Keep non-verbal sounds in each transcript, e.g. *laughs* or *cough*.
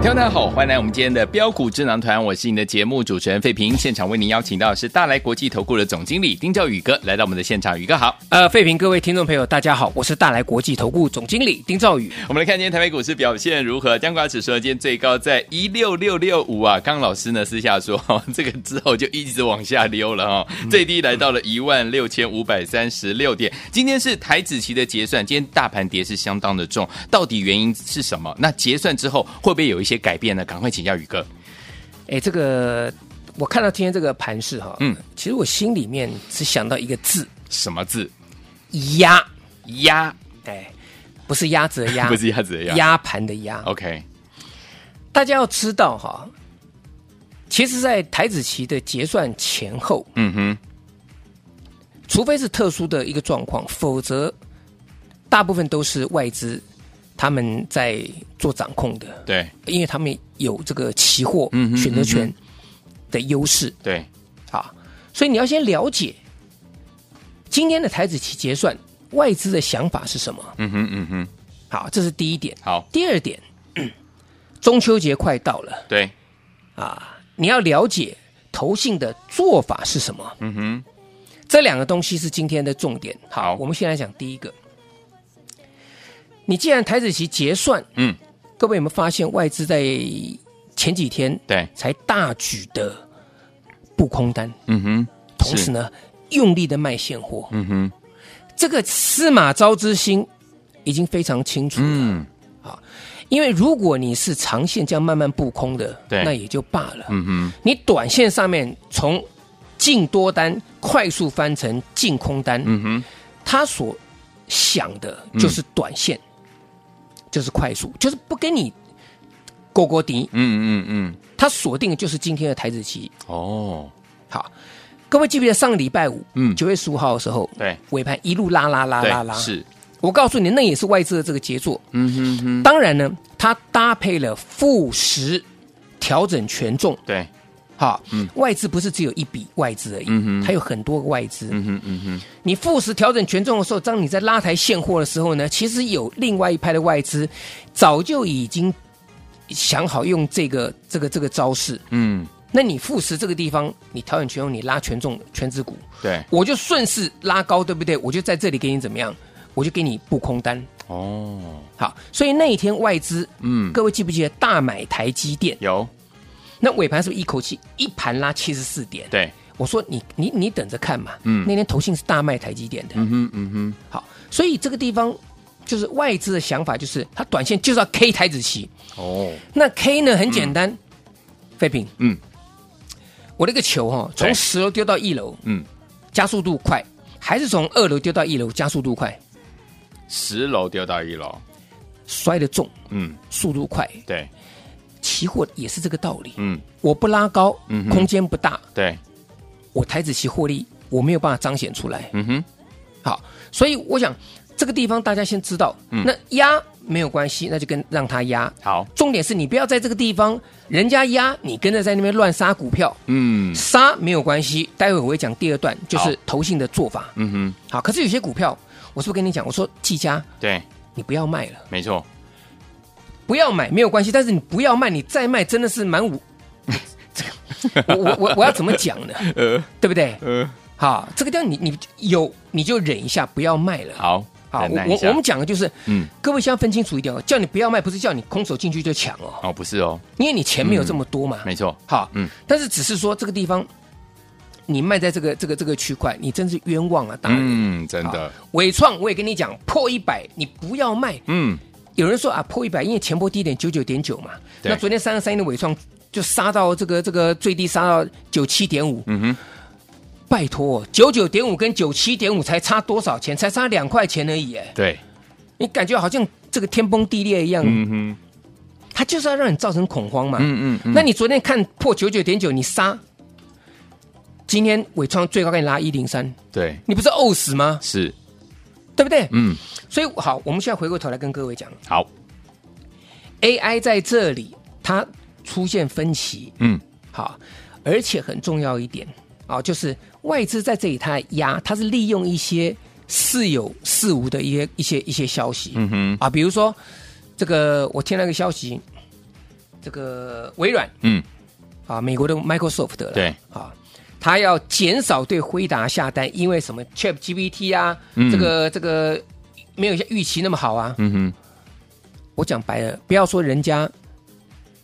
听众大家好，欢迎来我们今天的标股智囊团，我是你的节目主持人费平。现场为您邀请到的是大来国际投顾的总经理丁兆宇哥来到我们的现场，宇哥好。呃，费评各位听众朋友，大家好，我是大来国际投顾总经理丁兆宇。我们来看今天台北股市表现如何？加权指数呢今天最高在一六六六五啊，刚刚老师呢私下说，哦这个之后就一直往下溜了哦，最低来到了一万六千五百三十六点。今天是台子期的结算，今天大盘跌是相当的重，到底原因是什么？那结算之后会不会有一些改变呢？赶快请教宇哥。哎，这个我看到今天这个盘势哈，嗯嗯，其实我心里面只想到一个字什么字？ ——压，压，哎，不是鸭子的鸭， *laughs* 不是哦鸭子的鸭。压盘的压。 OK，大家要知道哈，其实，在台子期的结算前后，嗯哼，除非是特殊的一个状况，否则大部分都是外资他们在做掌控的。对因为他们有这个期货嗯哼选择权的优势对，啊，所以你要先了解今天的台子期结算外资的想法是什么。嗯哼嗯哼，好，这是第一点。好，第二点， *clears throat* 中秋节快到了，对，你要了解投信的做法是什么。嗯哼，这两个东西是今天的重点。好好，我们先来讲第一个。你既然台子期结算，嗯，各位有没有发现外资在前几天对，才大举的布空单，嗯哼，同是时呢用力的卖现货。嗯哼，这个司马昭之心已经非常清楚了。啊嗯因为如果你是长线这样慢慢布空的，对那也就罢了。嗯哼，你短线上面从净多单快速翻成净空单，嗯哼，嗯他所想的就是短线，就是快速，就是不跟你勾勾底，嗯嗯嗯，他锁定的就是今天的台子期。哦，好，各位记不记得上个礼拜五，嗯嗯，九月十五号的时候，对尾盘一路拉拉拉拉对，拉，是，我告诉你，那也是外资的这个杰作。嗯哼哼，当然呢，它搭配了富时调整权重，对，哈，外资不是只有一笔外资而已，嗯哼还有很多个外资。嗯哼嗯哼，你富时调整权重的时候，当你在拉抬现货的时候呢，其实有另外一派的外资早就已经想好用这个这个这个招式。嗯，那你富时这个地方，你调整权重，你拉权重全指股，对，我就顺势拉高，对不对？我就在这里给你怎么样？我就给你布空单。哦，好，所以那一天外资，嗯，各位记不记得大买台积电？有，那尾盘是不是一口气一盘拉七十四点？对，我说你你你等着看嘛。嗯那天投信是大卖台积电的。嗯哼嗯哼，好，所以这个地方就是外资的想法，就是它短线就是要 K 台子期。哦，那 K 呢很简单，废品，嗯，我那个球哈、哦，从对十楼丢到一楼，嗯，加速度快，还是从二楼丢到一楼加速度快，十楼掉到一楼，摔得重，嗯，速度快。对，期货也是这个道理，嗯我不拉高嗯，哼空间不大，对，我台子期获利我没有办法彰显出来。嗯哼，好，所以我想这个地方大家先知道，嗯那压没有关系，那就跟让它压。好，重点是你不要在这个地方，人家压你跟着在那边乱杀股票，嗯杀没有关系。待会我会讲第二段，就好是投信的做法。嗯哼，好，可是有些股票，我是不是跟你讲，我说技嘉对，你不要卖了，没错，不要买没有关系，但是你不要卖，你再卖真的是蛮无。 *laughs* 我我我我要怎么讲呢？ *laughs* 呃对不对？呃，好，这个地方你你有你就忍一下，不要卖了。好，好，忍我耐一我下我们讲的就是，嗯嗯，各位先要分清楚一点哦，叫你不要卖，不是叫你空手进去就抢哦，哦，不是哦，因为你钱没有这么多嘛。没错，好，嗯嗯，但是只是说这个地方，你卖在这个这个这个区块，你真是冤枉啊，大人。嗯，真的，好伟创我也跟你讲，破一百你不要卖。嗯，有人说啊，破一百，因为前波低点九九点九嘛。对那昨天三十三的伟创就杀到这个这个最低杀到九七点五，嗯哼，拜托，九九点五跟九七点五才差多少钱？才差两块钱而已，哎，对，你感觉好像这个天崩地裂一样，嗯哼，它就是要让你造成恐慌嘛。嗯嗯嗯那你昨天看破九九点九，你杀，今天伟创最高给你拉一零三，对，你不是呕死吗？是，对不对？嗯，所以好，我们现在回过头来跟各位讲好， ，AI 在这里它出现分歧，嗯，好，而且很重要一点啊，就是外资在这里它压，它是利用一些似有似无的一些一些一些消息，嗯哼，啊，比如说这个我听了一个消息，这个微软嗯，啊，美国的 Microsoft 的对啊，它要减少对辉达下单，因为什么 Chat GPT 啊，嗯这个这个没有预期那么好啊。嗯哼，我讲白了，不要说人家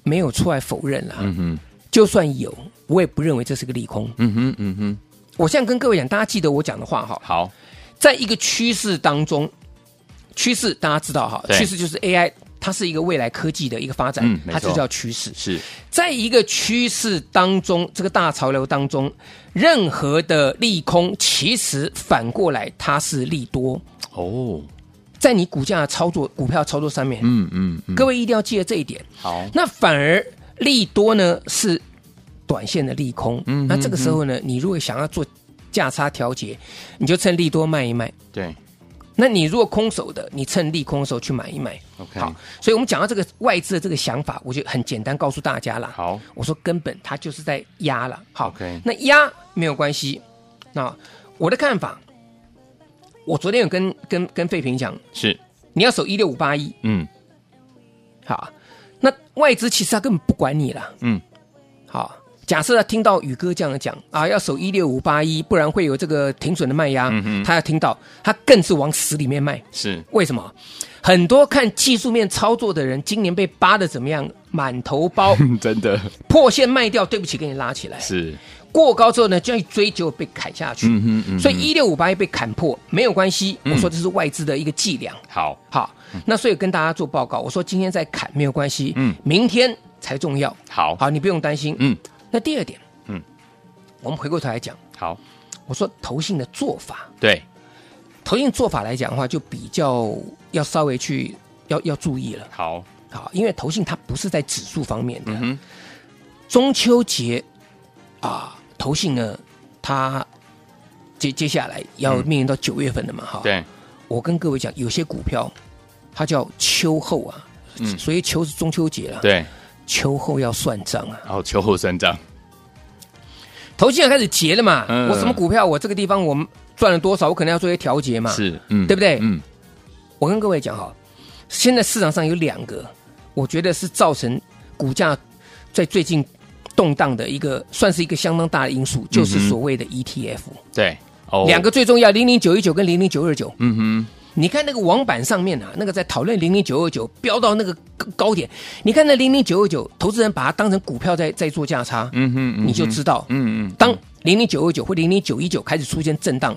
没有出来否认啦，嗯哼，就算有，我也不认为这是个利空。嗯哼，嗯哼，我现在跟各位讲，大家记得我讲的话哈，好，在一个趋势当中，趋势大家知道哈，对趋势就是 AI。它是一个未来科技的一个发展，嗯没它就错叫趋势。是，在一个趋势当中，这个大潮流当中，任何的利空其实反过来它是利多，哦，在你股价的操作、股票操作上面，嗯嗯嗯，各位一定要记得这一点。好，那反而利多呢是短线的利空，嗯那这个时候呢，你如果想要做价差调节，你就趁利多卖一卖。对那你如果空手的，你趁利空的时候去买一买。 ，OK，好，所以我们讲到这个外资的这个想法，我就很简单告诉大家啦。好，我说根本它就是在压了。好 OK 那压没有关系。那我的看法，我昨天有跟跟跟费平讲，是，你要守一六五八一，嗯好，那外资其实他根本不管你了。嗯，好，假设他听到宇哥这样讲啊，要守一六五八一，不然会有这个停损的卖压，嗯他要听到，他更是往死里面卖。是，为什么？很多看技术面操作的人，今年被扒的怎么样？满 *laughs* 头包， *laughs* 真的破线卖掉，对不起，给你拉起来。是，过高之后呢，就要追究被砍下去。嗯哼嗯嗯哼所以一六五八被砍破没有关系，我说这是外资的一个伎俩。好，好，那所以跟大家做报告，我说今天在砍没有关系，嗯明天才重要。好，好，你不用担心。嗯，那第二点，嗯，我们回过头来讲，好，我说投信的做法，对，投信做法来讲的话，就比较要稍微去要要注意了。好，好，因为投信它不是在指数方面的，嗯哼，中秋节啊，投信呢，它接接下来要面临到九月份的嘛，哈、，对，我跟各位讲，有些股票它叫秋后啊，嗯所以秋是中秋节了，，对，秋后要算账啊，然后哦秋后算账，投信要开始结了嘛，嗯我什么股票，我这个地方我们赚了多少，我可能要做一些调节嘛，，是，嗯，对不对嗯，我跟各位讲哈，现在市场上有两个，我觉得是造成股价在最近动荡的一个，算是一个相当大的因素，就是所谓的 ETF。对，嗯哦，两个，最重要，零零九一九跟零零九二九。嗯哼，你看那个网版上面啊，那个在讨论零零九二九飙到那个高高点，你看那零零九二九，投资人把它当成股票在在做价差，嗯哼，嗯哼你就知道，嗯嗯，当零零九二九或零零九一九开始出现震荡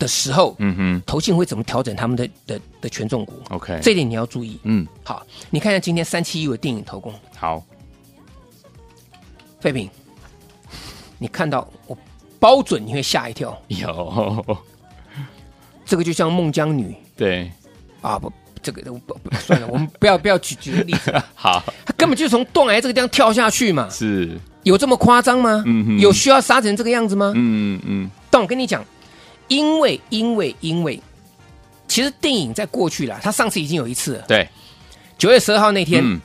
的时候，嗯哼投信会怎么调整他们的的的权重股？ ，OK，这一点你要注意。嗯，好，你看一下今天三七一的电影投工，好，废品，你看到我包准你会吓一跳， *laughs* 有，这个就像孟姜女对，啊不。这个我不不算了，我们不要不要举举例子，好，她根本就从断崖这个地方跳下去嘛，是，有这么夸张吗？嗯哼有需要杀成这个样子吗？嗯嗯，但我跟你讲，因为因为因为，其实电影在过去啦，它上次已经有一次了，对，九月十二号那天，嗯，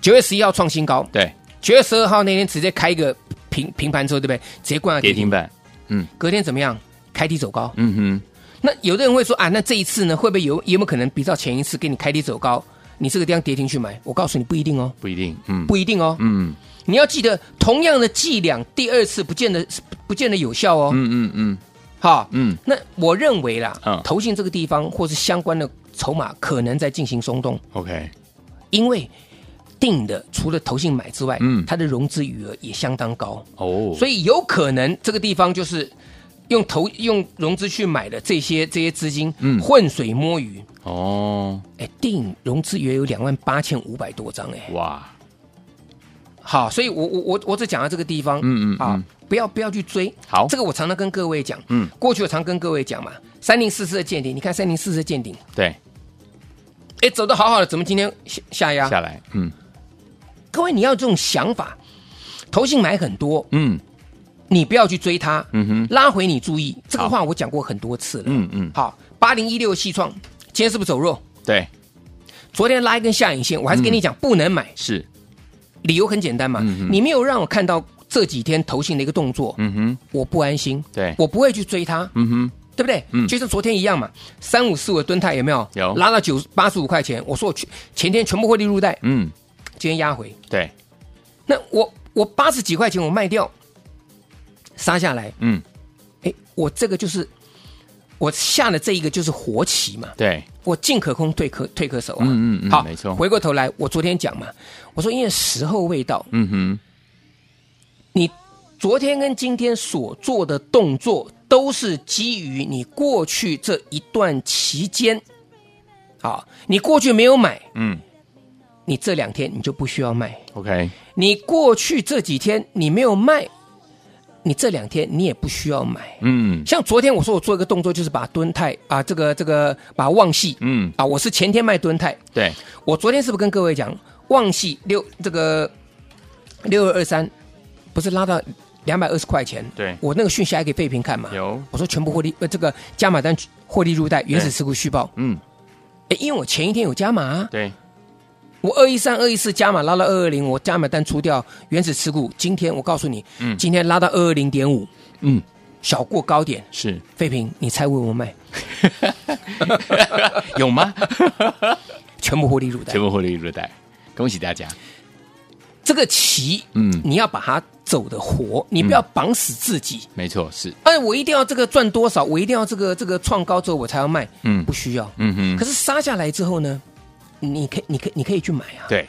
九、月十一号创新高，对，九月十二号那天直接开一个平平盘之后，对不对？直接灌到跌跌停停板，板，隔天怎么样？开低走高。嗯那有的人会说啊，那这一次呢，会不会有有没有可能比照前一次给你开低走高？你这个地方跌停去买，我告诉你不一定哦哼，，不一定，嗯，不一定哦。嗯你要记得，同样的伎俩，第二次不见得不见得有效哦。嗯嗯嗯，哈，嗯，那我认为啦，嗯投信这个地方或是相关的筹码可能在进行松动， OK，因为定的除了投信买之外，嗯它的融资余额也相当高，哦，所以以有可能这个地方就是用投用融资去买的这些这些资金，嗯浑水摸鱼。哦，哎，定融资余额有两万八千五百多张，哎，哇，好，所以我我我我只讲到这个地方，嗯嗯啊嗯，不要不要去追，好这个我常常跟各位讲，嗯，过去我常跟各位讲嘛，三零四四的见顶，你看三零四四的见顶，对，哎，走的好好的，怎么今天下下压？下来，嗯各位你要有这种想法，投信买很多，嗯你不要去追它，嗯哼拉回你注意，这个好话我讲过很多次了，嗯嗯，好，八零一六细创今天是不是走弱？对，昨天拉一根下影线，我还是跟你讲、不能买，是，理由很简单嘛，嗯嗯嗯你没有让我看到这几天投信的一个动作，嗯哼，我不安心，对，我不会去追它，嗯哼，对不对？嗯就像昨天一样嘛，三五四五的吨泰有没有？有拉到九八十五块钱，我说我去前天全部获利入袋，嗯，今天压回，对，那我我八十几块钱我卖掉，杀下来，嗯哎，我这个就是我下的这一个就是活棋嘛，对，我进可攻，退可退可守啊。嗯嗯嗯好，没错回过头来，我昨天讲嘛，我说因为时候未到，嗯哼，你昨天跟今天所做的动作，都是基于你过去这一段期间，啊，你过去没有买，嗯你这两天你就不需要卖； ，OK，你过去这几天你没有卖，你这两天你也不需要买。嗯像昨天我说我做一个动作，就是把蹲泰啊，这个这个把旺系嗯，啊，我是前天卖蹲泰，对，我昨天是不是跟各位讲旺系六这个六二二三不是拉到两百二十块钱？对我那个讯息还给费平看嘛？有，我说全部获利呃这个加码单获利入袋，原始持股续报。嗯，哎，因为我前一天有加码、啊，对，我二一三二一四加码拉到二二零，我加码单出掉原始持股。今天我告诉你，嗯今天拉到二二零点五，嗯，小过高点。是费平，你猜为我卖？有 *laughs* 吗？全部获利入袋全。部获利入袋，恭喜大家，这个棋，嗯，你要把它走得活，你不要绑死自己。没错，是，哎，我一定要这个赚多少，我一定要这个这个创高之后我才要卖，嗯不需要。嗯哼，可是杀下来之后呢，你可以你可以你可以去买啊。。对，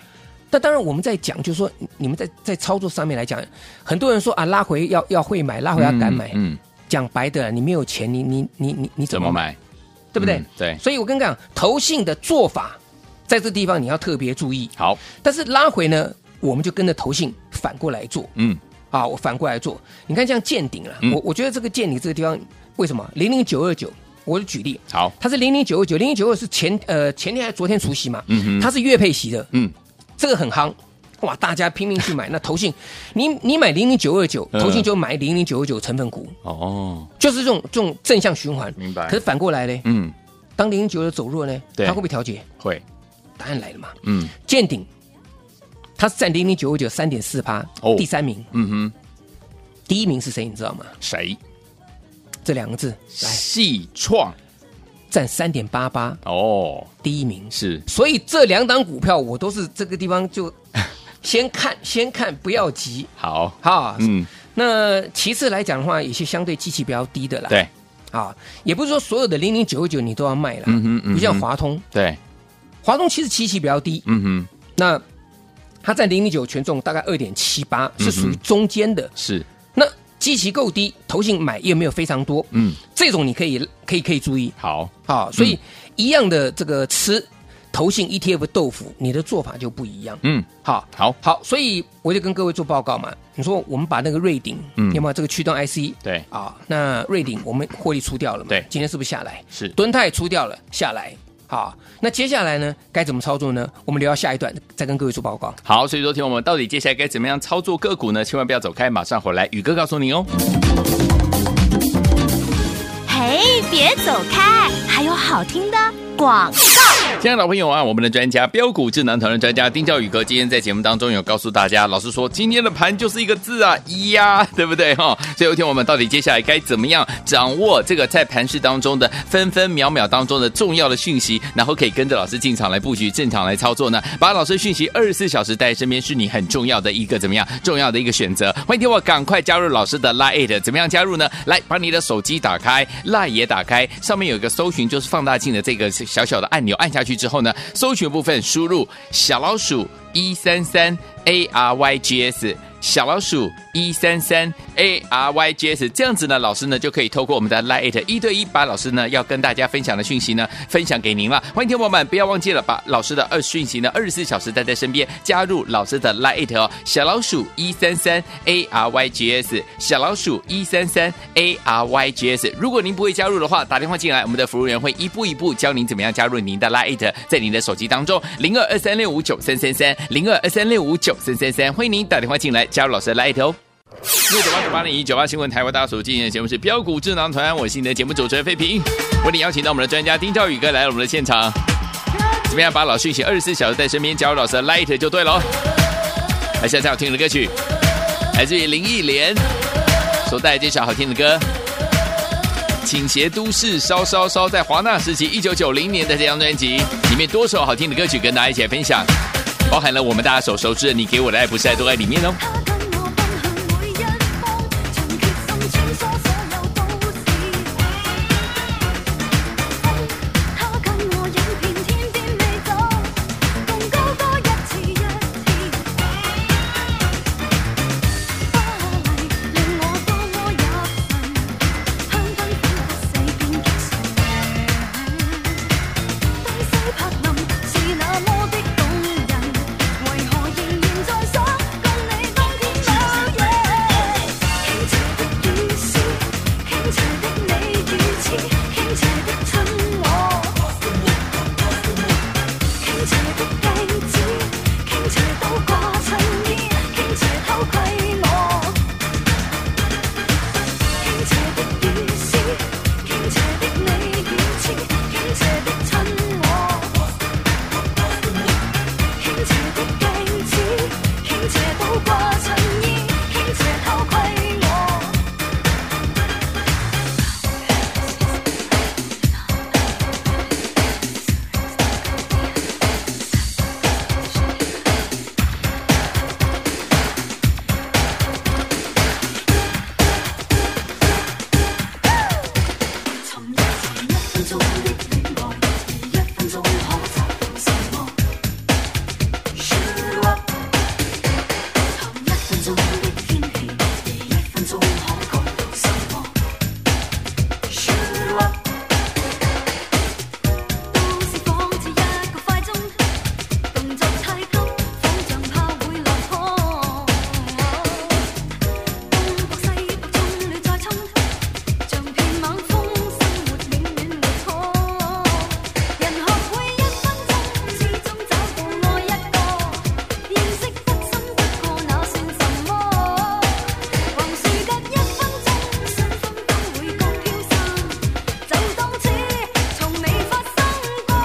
那当然我们在讲，就是说你你们在在操作上面来讲，很多人说啊拉回要要会买，拉回要敢买。嗯，讲白的，你没有钱，你你你你你怎怎么么买？买？对不对？嗯对所以我跟你讲，投信的做法在这地方你要特别注意。好，但是拉回呢，我们就跟着投信反过来做。嗯，啊，我反过来做。你看这样见顶了，嗯我我觉得这个见顶这个地方为什么零零九二九？我就举例，好，它是零零九二九，零零九二是前呃前天还是昨天除夕嘛，嗯哼它是月配息的，嗯，这个很夯。哇！大家拼命去买，那投信，你你买零零九二九，嗯投信就买零零九二九成分股，哦，就是这种这种正向循环。明白可是反过来呢，嗯，当零零九二走弱呢，对它会不会调节？会，答案来了嘛，嗯见顶，它是占零零九二九三点四趴哦，第三名，嗯哼，第一名是谁？你知道吗？谁？这两个字来系创占三点八八，哦，第一名。是，所以这两档股票我都是这个地方 *laughs* 就先看先看，不要急好，哈。嗯，那其次来讲的话，有些相对机器比较低的啦。对啊，也不是说所有的零零九九你都要卖啦。嗯哼嗯哼不像华通，对，华通其实机器比较低，嗯哼，那它占零零九权重大概二点七嗯八，是属于中间的。是，那机器够低，投信买又没有非常多，嗯，这种你可以可以可以注意。好，好，啊所以一样的这个吃投信 ETF 豆腐，你的做法就不一样。嗯，好，好，好，所以我就跟各位做报告嘛。你说我们把那个瑞鼎，嗯有没有这个驱动 IC？对啊，那瑞鼎我们获利出掉了嘛？对今天是不是下来？是敦泰出掉了，下来。好，那接下来呢，该怎么操作呢？我们留到下一段再跟各位做报告。好，所以说，听我们到底接下来该怎么样操作个股呢？千万不要走开，马上回来，宇哥告诉你哦。嘿，别走开，还有好听的广。亲爱的老朋友啊，我们的专家标股智能团的专家丁兆宇哥，今天在节目当中有告诉大家，老师说今天的盘就是一个字啊，一呀，对不对哈、所以有一天我们到底接下来该怎么样掌握这个在盘市当中的分分秒秒当中的重要的讯息，然后可以跟着老师进场来布局，正常来操作呢？把老师讯息二十四小时带在身边，是你很重要的一个怎么样重要的一个选择。欢迎听我赶快加入老师的 Line，怎么样加入呢？来，把你的手机打开，Line 也打开，上面有一个搜寻，就是放大镜的这个小小的按钮，按下去之后呢，搜寻部分输入小老鼠一三三 A R Y G S。小老鼠一三三 A R Y G S，这样子呢，老师呢就可以透过我们的 Lite 一对一，把老师呢要跟大家分享的讯息呢分享给您了。欢迎听众朋友们，不要忘记了把老师的二讯息呢二十四小时带在身边，加入老师的 Lite 哦，小老鼠一三三 A R Y G S，小老鼠一三三 A R Y G S。如果您不会加入的话，打电话进来，我们的服务员会一步一步教您怎么样加入您的 Lite，在您的手机当中零二二三六五九三三三零二二三六五九三三三，欢迎您打电话进来加入老师的 Lite 哦。六九八九八零一九八新闻台湾大家所进行的节目是标股智囊团，我是你的节目主持人费平，为你邀请到我们的专家丁兆宇哥来到我们的现场，怎么样把老讯息二十四小时在身边，加入老师的 Light 就对喽。来，现在好听的歌曲来自于林忆莲所带来这首好听的歌。倾斜都市烧烧烧，在华纳时期一九九零年的这张专辑里面，多首好听的歌曲跟大家一起来分享，包含了我们大家所熟知的《你给我的爱不是爱》都在里面哦。他跟我奔向每一方，盡決心穿梭所有都市。他跟我影遍天邊美酒，共高歌一次一次。花麗令我多麼入神，香檳苦不死變極醇。東西柏林是那麼的動人，為何仍然在想共你當天某夜？傾斜的雨絲，傾斜的你與痴，傾斜的蠢我，傾斜的鏡子，傾斜到掛襯衣，傾斜偷窺我。傾斜的雨絲，傾斜的你與痴，傾斜的親我。傾斜的鏡子，傾斜倒掛襯衣，傾斜偷窺我。尋一尋一分鐘的戀愛，以一分鐘學習到什麼？Show up，談一分鐘的天氣，以一分鐘可改到什麼？Show up，都市仿似一個快鐘，動作太急，仿像怕會落空。東北西北中亂再衝。像片猛風，生活永遠沒空。人學會一分鐘，始終找到愛一個。認識不深不過，那算什麼？橫豎隔一分鐘，雙方都會各飄散，就當此從未發生過。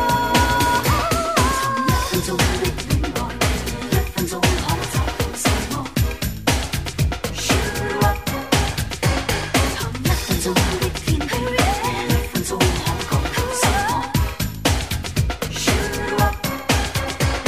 尋一分鐘的戀愛，一分鐘學習到什麼？Show up。談一分鐘的天氣，一分鐘學講什麼？Show up，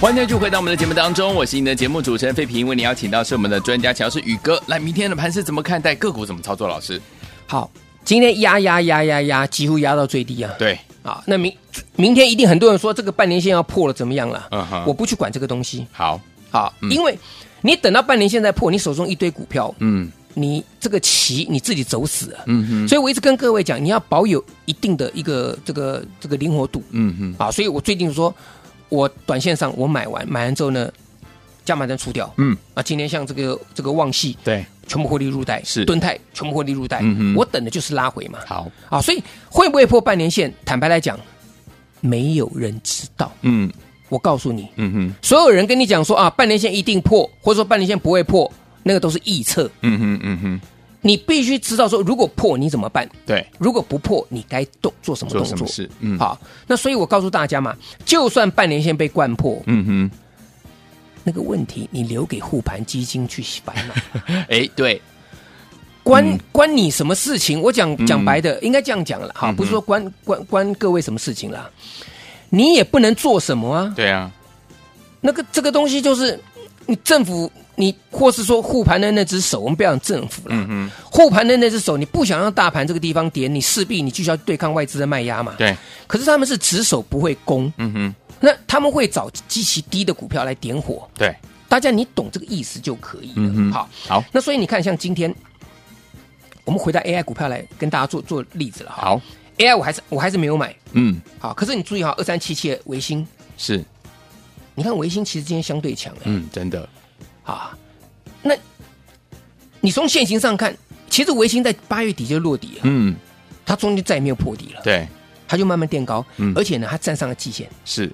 欢迎继续回到我们的节目当中，我是您的节目主持人费平，为您邀请到是我们的专家乔师宇哥。来，明天的盘是怎么看待？个股怎么操作？老师，好，今天压压压压压，几乎压到最低啊。对，啊，那明明天一定很多人说这个半年线要破了，怎么样了？嗯哼我不去管这个东西好，啊，因为你等到半年线再破，你手中一堆股票，嗯你这个棋你自己走死了。嗯哼，所以我一直跟各位讲，你要保有一定的一个这个这个灵活度嗯哼，啊。所以我最近说，我短线上我买完，买完之后呢，加码单出掉。嗯啊，今天像这个这个旺系对，全部获利入袋，是敦泰全部获利入袋。嗯哼我等的就是拉回嘛。好，啊，所以会不会破半年线？坦白来讲，没有人知道。嗯我告诉你，嗯哼，所有人跟你讲说啊，半年线一定破，或者说半年线不会破，那个都是臆测。嗯哼，嗯哼，你必须知道说，如果破你怎么办？对，如果不破，你该动做什么动做作？什么事？嗯，，好，那所以我告诉大家嘛，就算半年线被灌破，嗯哼，那个问题你留给护盘基金去烦 *laughs* 恼，哎，对，关、嗯关你什么事情？我讲讲白的，应该这样讲了哈，嗯哼不是说关关关各位什么事情啦，你也不能做什么啊。对啊，那个这个东西就是你政府，你或是说护盘的那只手，我们不要讲政府了，嗯哼，护盘的那只手，你不想让大盘这个地方跌，你势必你就需要对抗外资的卖压嘛。对，可是他们是只手不会攻，嗯哼，那他们会找极其低的股票来点火。对，大家你懂这个意思就可以了。嗯哼好，好，那所以你看，像今天我们回到 AI 股票来跟大家做做例子了哈。好， AI 我还是我还是没有买，嗯，好，可是你注意哈，二三七七的维新，是，你看维新其实今天相对强、哎嗯，真的，啊，那你从现行上看，其实维新在八月底就落底了，嗯，它中间再也没有破底了，对，它就慢慢垫高，嗯而且呢，它站上了季线，是，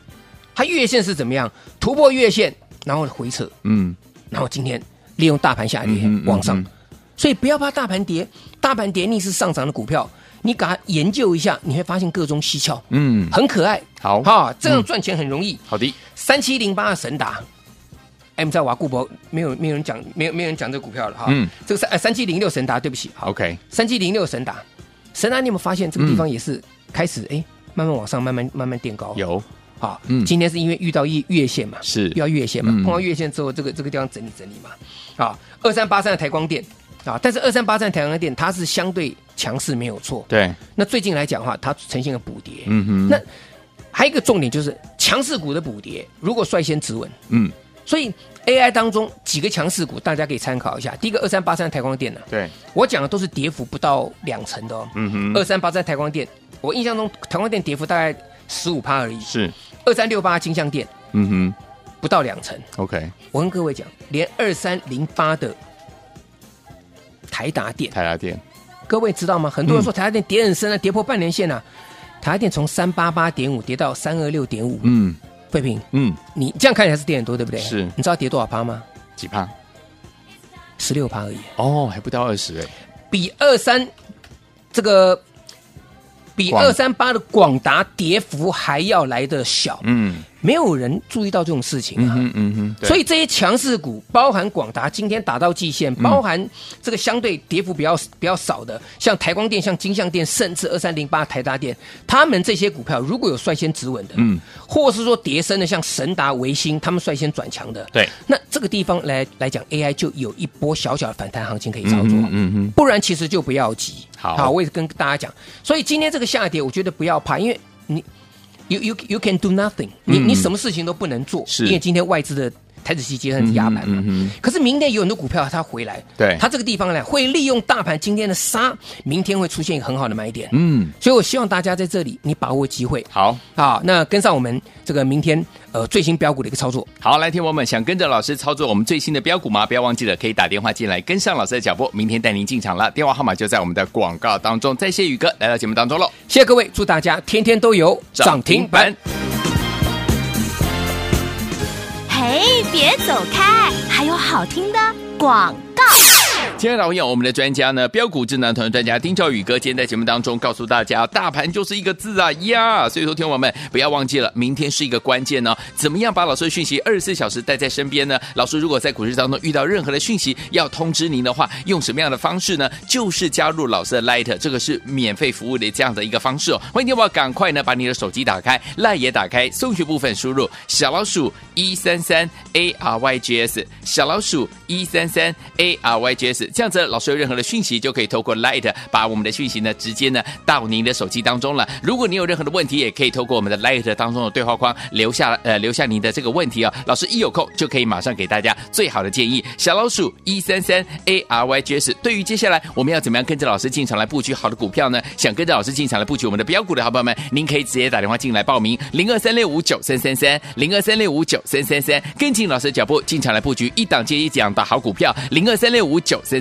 它月线是怎么样突破月线，然后回撤，嗯，然后今天利用大盘下跌嗯哼往上，嗯哼所以不要怕大盘跌，大盘跌逆是上涨的股票，你给它研究一下，你会发现各中蹊跷，嗯，很可爱，好嗯哈，这样赚钱很容易。好的，三七零八的神达。M 哎在瓦固博没有没有人讲没有没有人讲这个股票了哈，嗯这个三呃三七零六神达，对不起，好， ，OK，三七零六神达，神达你有没有发现这个嗯地方也是开始哎、慢慢往上，慢慢慢慢垫高，有，好，嗯今天是因为遇到月月线嘛，是遇到月线嘛，嗯碰到月线之后，这个这个地方整理整理嘛，啊，二三八三的台光电啊，但是二三八三的台光电它是相对强势没有错，对，那最近来讲的话，它呈现个补跌，嗯哼，那还有一个重点就是强势股的补跌，如果率先止稳，嗯，所以 AI 当中几个强势股，大家可以参考一下。第一个二三八三台光电呢、啊对，我讲的都是跌幅不到两成的哦。嗯哼，二三八三台光电，我印象中台光电跌幅大概十五趴而已。是，二三六八金像电嗯不到两成。哼，OK，我跟各位讲，连二三零八的台达电，台达嗯电，各位知道吗？很多人说台达电跌很深了，跌破半年线啊。台达电从三八八点五跌到三二六点五，嗯废品。嗯，你这样看起来是跌很多，对不对？是你知道跌多少趴吗？几趴？十六趴而已，哦，还不到二十哎，比二三这个比广二三八的广达跌幅还要来的小，嗯没有人注意到这种事情嗯啊。哼嗯哼，对所以这些强势股，包含广达今天打到季线，嗯包含这个相对跌幅比较比较少的，像台光电、像金像电，甚至二三零八台达电，他们这些股票如果有率先止稳的，嗯，或是说跌升的，像神达、维新，他们率先转强的，对，那这个地方来来讲，AI 就有一波小小的反弹行情可以操嗯作。哼嗯哼，不然其实就不要急。好我也跟大家讲，所以今天这个下跌，我觉得不要怕，因为你 you you you can do nothing，你、嗯你什么事情都不能做，是因为今天外资的台子期阶段是压盘嘛。嗯可是明天有很多股票它回来，对它这个地方呢会利用大盘今天的杀，明天会出现一个很好的买点。嗯，所以我希望大家在这里你把握机会。好好，那跟上我们这个明天呃最新标股的一个操作。好，来，听我们想跟着老师操作我们最新的标股吗？不要忘记了，可以打电话进来跟上老师的脚步，明天带您进场了，电话号码就在我们的广告当中。再谢宇哥来到节目当中喽，谢谢各位，祝大家天天都有涨停板。。嘿，别走开，还有好听的广告。亲爱的朋友我们的专家呢，标股智囊团的专家丁兆宇哥，今天在节目当中告诉大家，大盘就是一个字啊呀，所以说，听众朋友们不要忘记了，明天是一个关键哦，怎么样把老师的讯息二十四小时带在身边呢？老师如果在股市当中遇到任何的讯息要通知您的话，用什么样的方式呢？就是加入老师的 Light，这个是免费服务的这样的一个方式哦。欢迎听众朋友赶快呢把你的手机打开，Light 也打开，搜寻部分输入小老鼠一三三 A R Y G S，小老鼠一三三 A R Y G S，这样子老师有任何的讯息就可以透过 Light 把我们的讯息呢直接呢到您的手机当中了。如果你有任何的问题，也可以透过我们的 Light 当中的对话框留下呃留下您的这个问题哦，老师一有空就可以马上给大家最好的建议。小老鼠一三三 A R Y G S，对于接下来我们要怎么样跟着老师进场来布局好的股票呢？想跟着老师进场来布局我们的标股的好朋友们，您可以直接打电话进来报名零二三六五九三三三零二三六五九三三三，跟进老师的脚步进场来布局一档接一档的好股票零二三六五九三